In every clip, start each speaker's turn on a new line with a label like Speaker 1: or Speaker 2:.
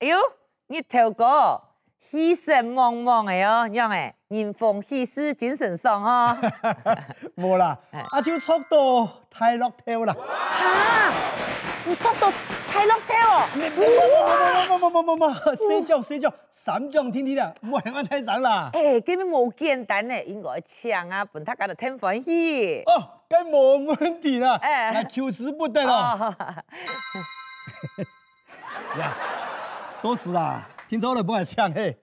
Speaker 1: 哎呦，你头哥喜神茫茫的哦，样诶，人逢喜事精神爽 哦。
Speaker 2: 冇啦，阿超速度太落跳啦，
Speaker 1: 哈，啊你速度太落跳哦！
Speaker 2: 冇冇冇冇冇冇，四張四張，三張天天啦，冇人安睇省啦。
Speaker 1: 哎，根本冇简单诶，应该抢啊，本他家就挺欢喜。
Speaker 2: 哦，梗冇問題啦，
Speaker 1: 哎
Speaker 2: 係求之不得啦。
Speaker 1: 哦，
Speaker 2: 呀，多事啦，聽早就冇人搶嘿。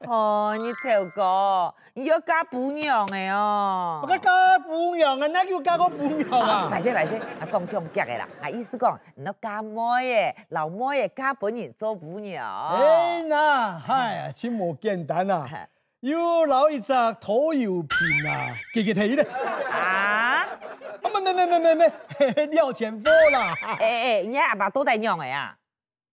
Speaker 1: 哦，你头哥，你要加补娘的哦。
Speaker 2: 我加半羊啊，那叫加個半羊
Speaker 1: 啊，
Speaker 2: 啊
Speaker 1: 排。泄排泄，啊讲强夹的啦，啊意思讲，你要加妹耶，老妹耶加本人做补娘。
Speaker 2: 哎那，嗨呀，真冇簡單啦。
Speaker 1: 哎
Speaker 2: 要留一隻土油片啊，記記睇咧。
Speaker 1: 啊，
Speaker 2: 啊，咩咩咩咩咩咩，廖前科啦。
Speaker 1: 哎哎，你阿爸都在娘的啊？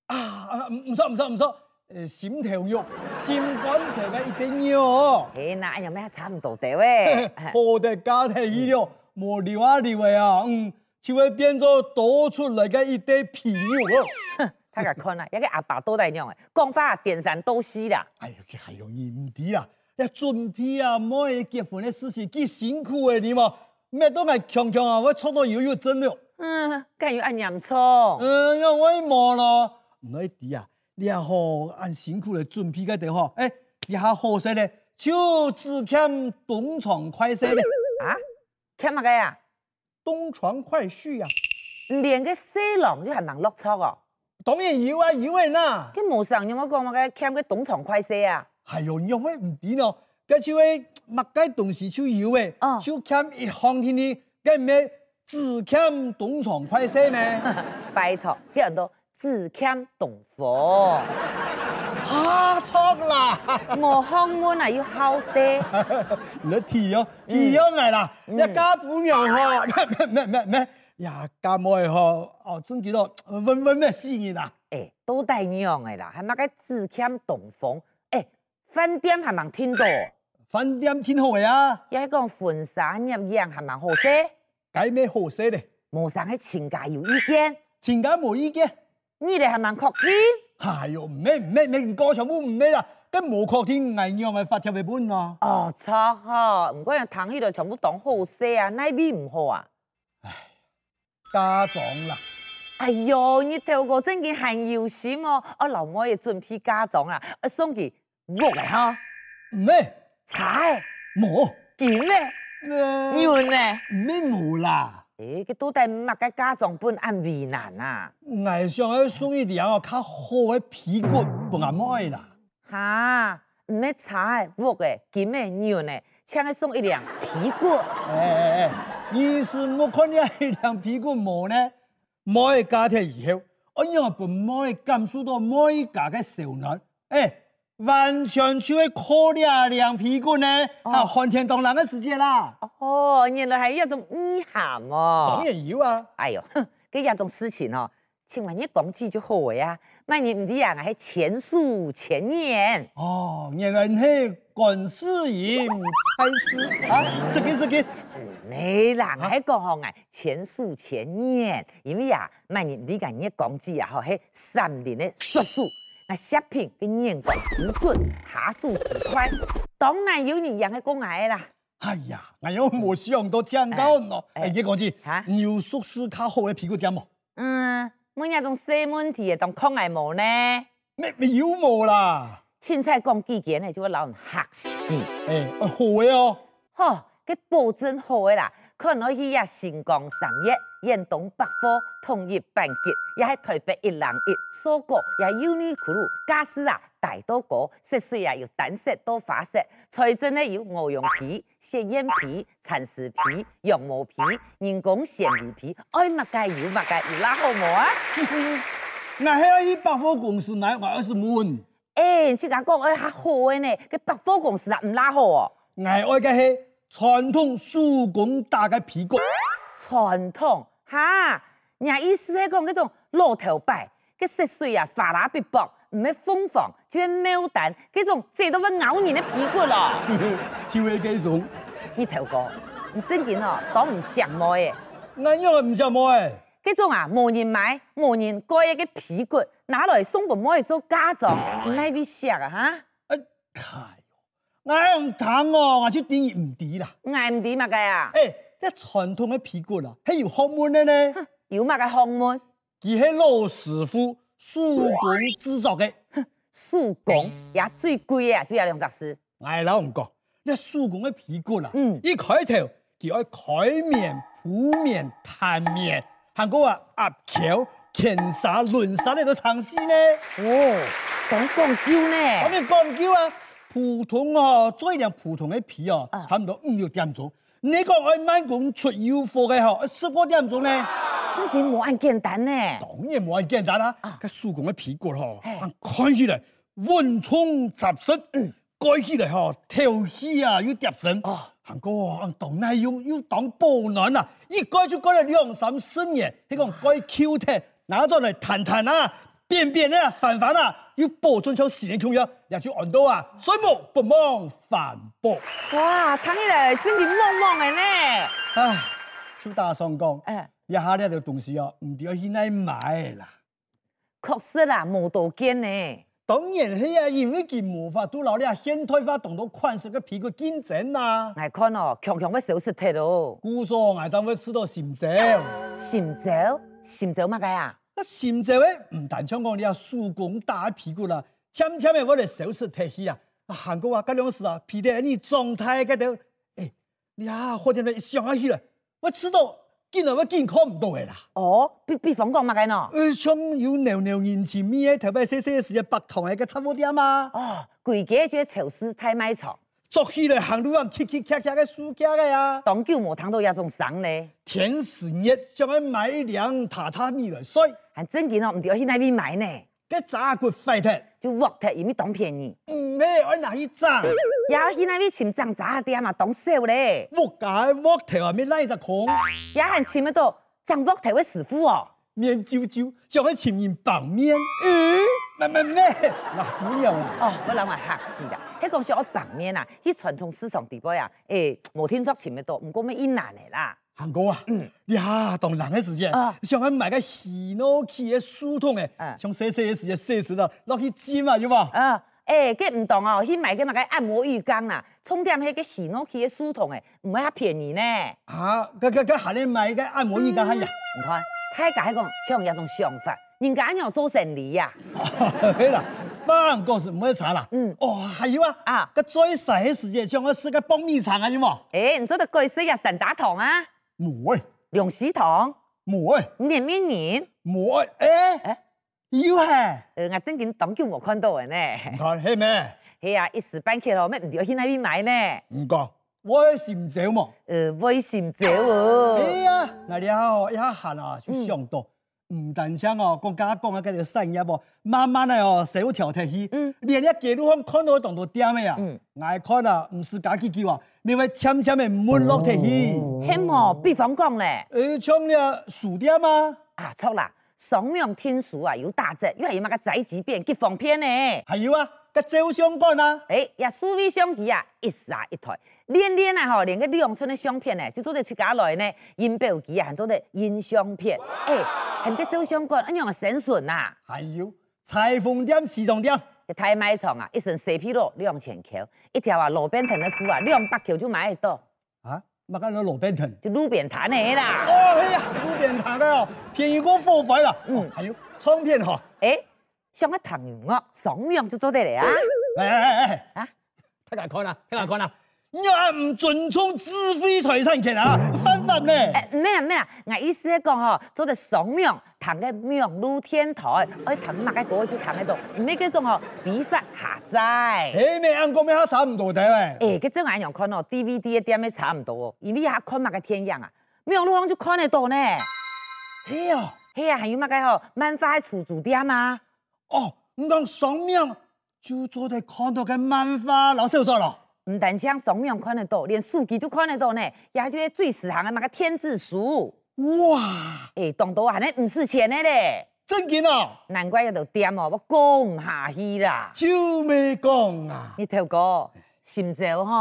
Speaker 2: 啊，唔唔錯唔錯呃唔錯，誒心頭肉，心肝頭嘅一定要哦，
Speaker 1: 嘿，那有咩差唔多的 喂？
Speaker 2: 好的家庭醫療，無聊啊聊的啊，嗯，就會變做多出來嘅一堆皮肉哦。
Speaker 1: 他个看啦，一个阿爸都在娘的，讲法电闪都死啦。
Speaker 2: 哎呦，佢係容易唔知啊，你準備啊，每嘅結婚嘅事情幾辛苦嘅你嘛，咩都係強強啊，我創到有有真了。
Speaker 1: 嗯，敢有按洋葱？
Speaker 2: 嗯，因為冇咯，唔可以知啊，你啊好按辛苦嚟準備嘅地方，哎，一下好些咧，就只欠東床快些咧。
Speaker 1: 啊，看乜个呀？
Speaker 2: 东床快啊婿呀、
Speaker 1: 连个细郎都还蛮落错哦，
Speaker 2: 当然有啊，有啊呐，
Speaker 1: 佢无上有冇讲乜个欠个董床快些 啊？
Speaker 2: 还有用的唔知咯，佮就诶，物该东西就有诶
Speaker 1: 哦，
Speaker 2: 就欠一行天的，佮咩只欠东床快些咩？
Speaker 1: 拜托，叫人都只欠董佛。
Speaker 2: 哈啊错啦，
Speaker 1: 我访问啊要好地，
Speaker 2: 你提哦，提哦来啦，
Speaker 1: 嗯
Speaker 2: 你家不娘吼，咩咩咩咩呀，家妹吼，哦，真几多温温咩啊死人啦，
Speaker 1: 诶，都带样的啦，还乜个只欠董房？诶，饭店还蛮听到，
Speaker 2: 饭店挺好的啊，
Speaker 1: 也讲啊婚纱入样还蛮好些，
Speaker 2: 该咩好些的，
Speaker 1: 无上个情家有意见，
Speaker 2: 情感无意见。
Speaker 1: 你哋还蛮确定？
Speaker 2: 哎呦，唔咩唔咩，你歌唱舞唔咩啦，跟無確天藝樣咪發條俾本啊！
Speaker 1: 哦，错吼，唔过人谈起就全部当好些啊，那边唔好啊。
Speaker 2: 家長啦，
Speaker 1: 哎呦，你头哥真嘅很有心哦，我老妹也准备嫁妆啦，啊送佢肉嘅哈，
Speaker 2: 唔咩
Speaker 1: 茶嘅、
Speaker 2: 冇，
Speaker 1: 金嘅、
Speaker 2: 呃
Speaker 1: 牛嘅。
Speaker 2: 唔咩冇啦，
Speaker 1: 诶，佢到底唔乜嘅嫁妆本按为难啊？
Speaker 2: 藝上去送一條較好嘅皮骨不阿妹啦，
Speaker 1: 哈，唔咩茶嘅、肉嘅、金嘅、牛嘅，请佢送一两皮果。
Speaker 2: 哎哎哎，意思我看你係兩屁股冇呢，冇嘅家庭以後，我樣本冇嘅感受到每家嘅受難，哎。完全就會靠你啊兩屁股呢，
Speaker 1: 哦
Speaker 2: 啊，看天當人嘅世界啦，
Speaker 1: 哦，原来系一种意涵哦
Speaker 2: 當。然有啊。
Speaker 1: 哎呦，哼，搿样种事情哦，请问你讲几就好个呀？万一唔知啊，还前述前言。
Speaker 2: 哦，原来你管事人差事啊，是给是给，
Speaker 1: 没啦，我还讲吼，俺前述前言，因为呀，万一唔知讲你讲几啊，吼，系三年的术数，那食品跟眼光不准，下数之快，当然有人养个讲爱啦。
Speaker 2: 哎呀，哎呦，没想到这样搞喏，
Speaker 1: 哎
Speaker 2: 哎，你讲起
Speaker 1: 啊
Speaker 2: 牛叔叔较好的屁股点冇？
Speaker 1: 嗯，每样种细问题的当抗癌无呢？
Speaker 2: 没没有冇啦？
Speaker 1: 凊彩讲几件呢，就会老人吓死。
Speaker 2: 哎，哎好的哦，
Speaker 1: 吼、佮保证好诶啦，可能去也新光商业、远东百货、统一办结，也系台北一零一、搜狗，也优衣库、家私啊、大多果，色水啊有单色多花色，财政呢有鹅绒皮、鲜艳皮、蚕丝皮、羊毛皮、人工纤维皮，爱乜介有乜介有啦好无啊？
Speaker 2: 那还要一百货公司买我二十万，
Speaker 1: 诶、你即哎讲讲诶较好诶呢，佮百货公司啊唔拉好哦，
Speaker 2: 爱爱嘅是传统手工打嘅屁股，
Speaker 1: 传统哈，人家意思系讲嗰种老头摆，佮色水啊法拉必薄，唔系凤凰，就系牡丹，嗰种这都要咬人的屁股咯。
Speaker 2: 就会这种，
Speaker 1: 你头哥，你真见哦，当唔上我诶，
Speaker 2: 俺样唔像冇哎，
Speaker 1: 嗰种啊无人买、无人改嘅屁股，拿来送俾妹做嫁妝，唔係會食啊哈？
Speaker 2: 哎，哎呦，俺唔讲哦，我就等于唔知啦。
Speaker 1: 捱唔掂嘛嘅啊？
Speaker 2: 哎，这传统的屁股啦，还有学问的呢，
Speaker 1: 有嘛嘅項目？
Speaker 2: 佢系老师傅手工制作的。
Speaker 1: 手工也最貴啊，對啊，兩隻事。
Speaker 2: 挨老唔讲，你手工的屁股啦，
Speaker 1: 嗯
Speaker 2: 一开头就要开面、铺面、摊面，韩国啊压桥、钳啥、轮啥你都尝试呢。
Speaker 1: 哦，講講究
Speaker 2: 我
Speaker 1: 呢？
Speaker 2: 哋讲究啊，普通哦，做一点普通的皮哦
Speaker 1: 啊，
Speaker 2: 差唔多五六点钟。你讲我慢工出油貨嘅嗬，十個點鐘呢？
Speaker 1: 真係冇咁簡單呢。
Speaker 2: 當然冇咁簡單啦
Speaker 1: 啊。
Speaker 2: 佢手工嘅皮骨嗬，
Speaker 1: 嘿
Speaker 2: 看起來緩衝雜實，改起來嗬，透氣啊又疊身。
Speaker 1: 哦
Speaker 2: 韓國啊，當耐用又當保暖啊，一改就改了兩三十年，你講改 Q 貼，拿咗嚟彈彈啊，變變啊，煩煩啊，要保存成十年重要，也就按到啊，水木不忘反駁。
Speaker 1: 哇，睇起來真係茫茫嘅呢。
Speaker 2: 唉，超大上講，
Speaker 1: 誒，
Speaker 2: 一下呢條東西哦，唔要去那買啦。
Speaker 1: 確實啦，冇多見呢。
Speaker 2: 當然係啊，因為佢無法都老了現代化動到款式嘅皮個競爭啦。
Speaker 1: 我看哦，強強嘅手勢睇咯，
Speaker 2: 啊故說我怎會吃到禪酒？
Speaker 1: 尋找尋找乜嘅啊？
Speaker 2: 那禪酒咧唔但香港你啊手工打屁股啦，漸漸嘅我哋手勢提起啊，啊韓國啊嗰兩時啊，皮得你狀態嗰度，哎，你啊好點咧想下去啦，我吃到見來我健康唔到嘅啦。
Speaker 1: 哦，比比方講乜嘅喏？
Speaker 2: 呃，想要牛牛年前面嘅頭尾細細嘅時啊，白糖嘅差唔多啊嘛。
Speaker 1: 哦，貴嘅就潮濕太賣場，
Speaker 2: 作起來行路啊，棘棘卡卡嘅輸家嘅呀。
Speaker 1: 當久冇睇到一種生咧，
Speaker 2: 啊甜死熱，想要買一輛榻榻米來睡，
Speaker 1: 還真見哦，唔要去那邊買呢，
Speaker 2: 個炸骨費的，
Speaker 1: 就沃特因為當便宜，
Speaker 2: 唔咩我哪一炸？
Speaker 1: 也要去那邊尋漲giá啲啊嘛，當少咧，
Speaker 2: 我家我頭啊，面拉一隻孔，
Speaker 1: 也還尋得到漲沃特嘅師傅哦。
Speaker 2: 面啾啾，想要前面綁面，
Speaker 1: 嗯，
Speaker 2: 咩咩咩，嗱姑娘啊，
Speaker 1: 哦，我諗我嚇死啦，喺講說我旁面啊，去傳統市場地方啊，誒，冇天作尋得到，唔過咩困難嚟啦。
Speaker 2: 行哥啊，呀，當人嘅時間
Speaker 1: 嗯啊，
Speaker 2: 想要買個喜諾器嘅書筒嘅
Speaker 1: 嗯，
Speaker 2: 像細細嘅時間細時啦，落去煎啊，有冇？
Speaker 1: 啊，誒，佢唔同哦，去買嘅物嘅按摩浴缸啦，充點迄個洗腦器嘅梳筒誒，唔係遐便宜呢。
Speaker 2: 啊，個個個下你買個按摩椅架係呀，
Speaker 1: 你看，太家迄講，像有一種想法，人家要做生意啊呀，
Speaker 2: 係啦，翻過是唔會查啦。
Speaker 1: 嗯，
Speaker 2: 哦，還有啊，
Speaker 1: 啊
Speaker 2: 個最細嘅時間，像我食個爆米腸啊，有冇？
Speaker 1: 誒，你做得貴死呀，神打堂啊，
Speaker 2: 冇哎，
Speaker 1: 龍屎堂，
Speaker 2: 冇哎，
Speaker 1: 年面年，
Speaker 2: 冇哎，
Speaker 1: 誒
Speaker 2: 誒，要係，
Speaker 1: 誒，我真見當久冇看到嘅
Speaker 2: 唔
Speaker 1: 呢。
Speaker 2: 講係咩？
Speaker 1: 係啊，一時半刻哦，咩唔要去那邊買呢？
Speaker 2: 唔講，我是唔少嘛。
Speaker 1: 誒，危險呃者喎。
Speaker 2: 哎呀，
Speaker 1: 嗯
Speaker 2: 嗱你好，一下閒啊，就想到。唔但止哦，國家講啊，叫做產業哦，慢慢的哦，社會條體系
Speaker 1: 嗯，
Speaker 2: 連一街路上看到當到點嘅啊
Speaker 1: 嗯，
Speaker 2: 眼看啊，唔是假幾句話，你會漸漸的沒落體系，
Speaker 1: 係哦，比方講咧，
Speaker 2: 誒，像了薯點啊，
Speaker 1: 啊錯啦，雙面天數啊有打折，因為有乜個宅急便、吉方便呢。
Speaker 2: 還有啊，個照相館啊。
Speaker 1: 哎，呀，数位相机啊，一杀一台，连连啊吼，连个两寸的相片呢，就做得出家来呢，音表机啊，还做得音相片，哎，还个照相馆，安样的神顺呐、啊，
Speaker 2: 还有裁缝店、时装店，
Speaker 1: 一台卖场啊，一身蛇皮肉两千块，一条啊路边摊的裤啊两百块就买得到，
Speaker 2: 啊，乜讲到路边摊？
Speaker 1: 就路边摊的啦，
Speaker 2: 哦，嘿呀，路边摊的哦，便宜过付费了。
Speaker 1: 嗯
Speaker 2: 嗯，还有唱片哦哈，
Speaker 1: 哎，像个糖音乐，双样就做得来啊，
Speaker 2: 哎哎哎，
Speaker 1: 啊，
Speaker 2: 睇下看啦，睇下看啦，你啊唔尊重智慧财产权啊，犯法呢？
Speaker 1: 哎，咩啊咩啊，我意思是讲吼，做得双样，糖个样露天台，哎，糖嘛个歌就糖喺度，唔咩叫做吼，肥宅下载。
Speaker 2: 哎，咩人讲咩黑惨唔到底喂？
Speaker 1: 诶，嗰種眼樣看哦，DVD 一點咩差唔多哦，因為一下看乜嘅天樣啊，咩樣路就看得到呢？
Speaker 2: 哎呀，
Speaker 1: 嘿啊，還有乜嘅吼，漫畫嘅出租店啊，
Speaker 2: 哦，唔讲上面就做在看到嘅漫画老少咗咯。
Speaker 1: 唔但像上面看得到，連書記都看得到呢，也係啲最時行嘅乜嘅天字書，
Speaker 2: 哇，
Speaker 1: 诶，當到啊，係呢五四千嘅咧，
Speaker 2: 真件啊，
Speaker 1: 難怪有度店哦，我講唔下去啦。
Speaker 2: 超美講啊，
Speaker 1: 你頭哥，心照吼，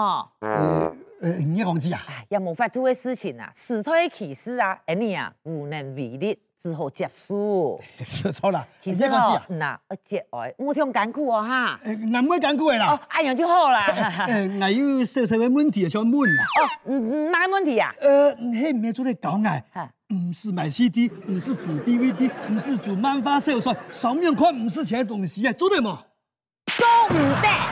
Speaker 1: 啊
Speaker 2: 呃，你講知啊？
Speaker 1: 唉，也冇法度嘅事情啊，時代嘅歧視啊，哎你啊，無能為力，只好结束。
Speaker 2: 说错啦，
Speaker 1: 其
Speaker 2: 你
Speaker 1: 实
Speaker 2: 讲
Speaker 1: 哦
Speaker 2: 啊，，
Speaker 1: 嗱，我节哀，唔聽艱苦哦哈，
Speaker 2: 呃我唔會講句
Speaker 1: 哦
Speaker 2: 啦，，
Speaker 1: 安樣就好啦。
Speaker 2: 呃我有少少嘅問題想問啦。
Speaker 1: 哦，嗯，嗯，咩問題啊？
Speaker 2: 呃，迄唔係做咧搞藝，
Speaker 1: 哈
Speaker 2: 唔是買 CD，唔是做 DVD，唔是做漫畫小說，上面看唔是這些東西啊，做得冇？
Speaker 1: 做唔得。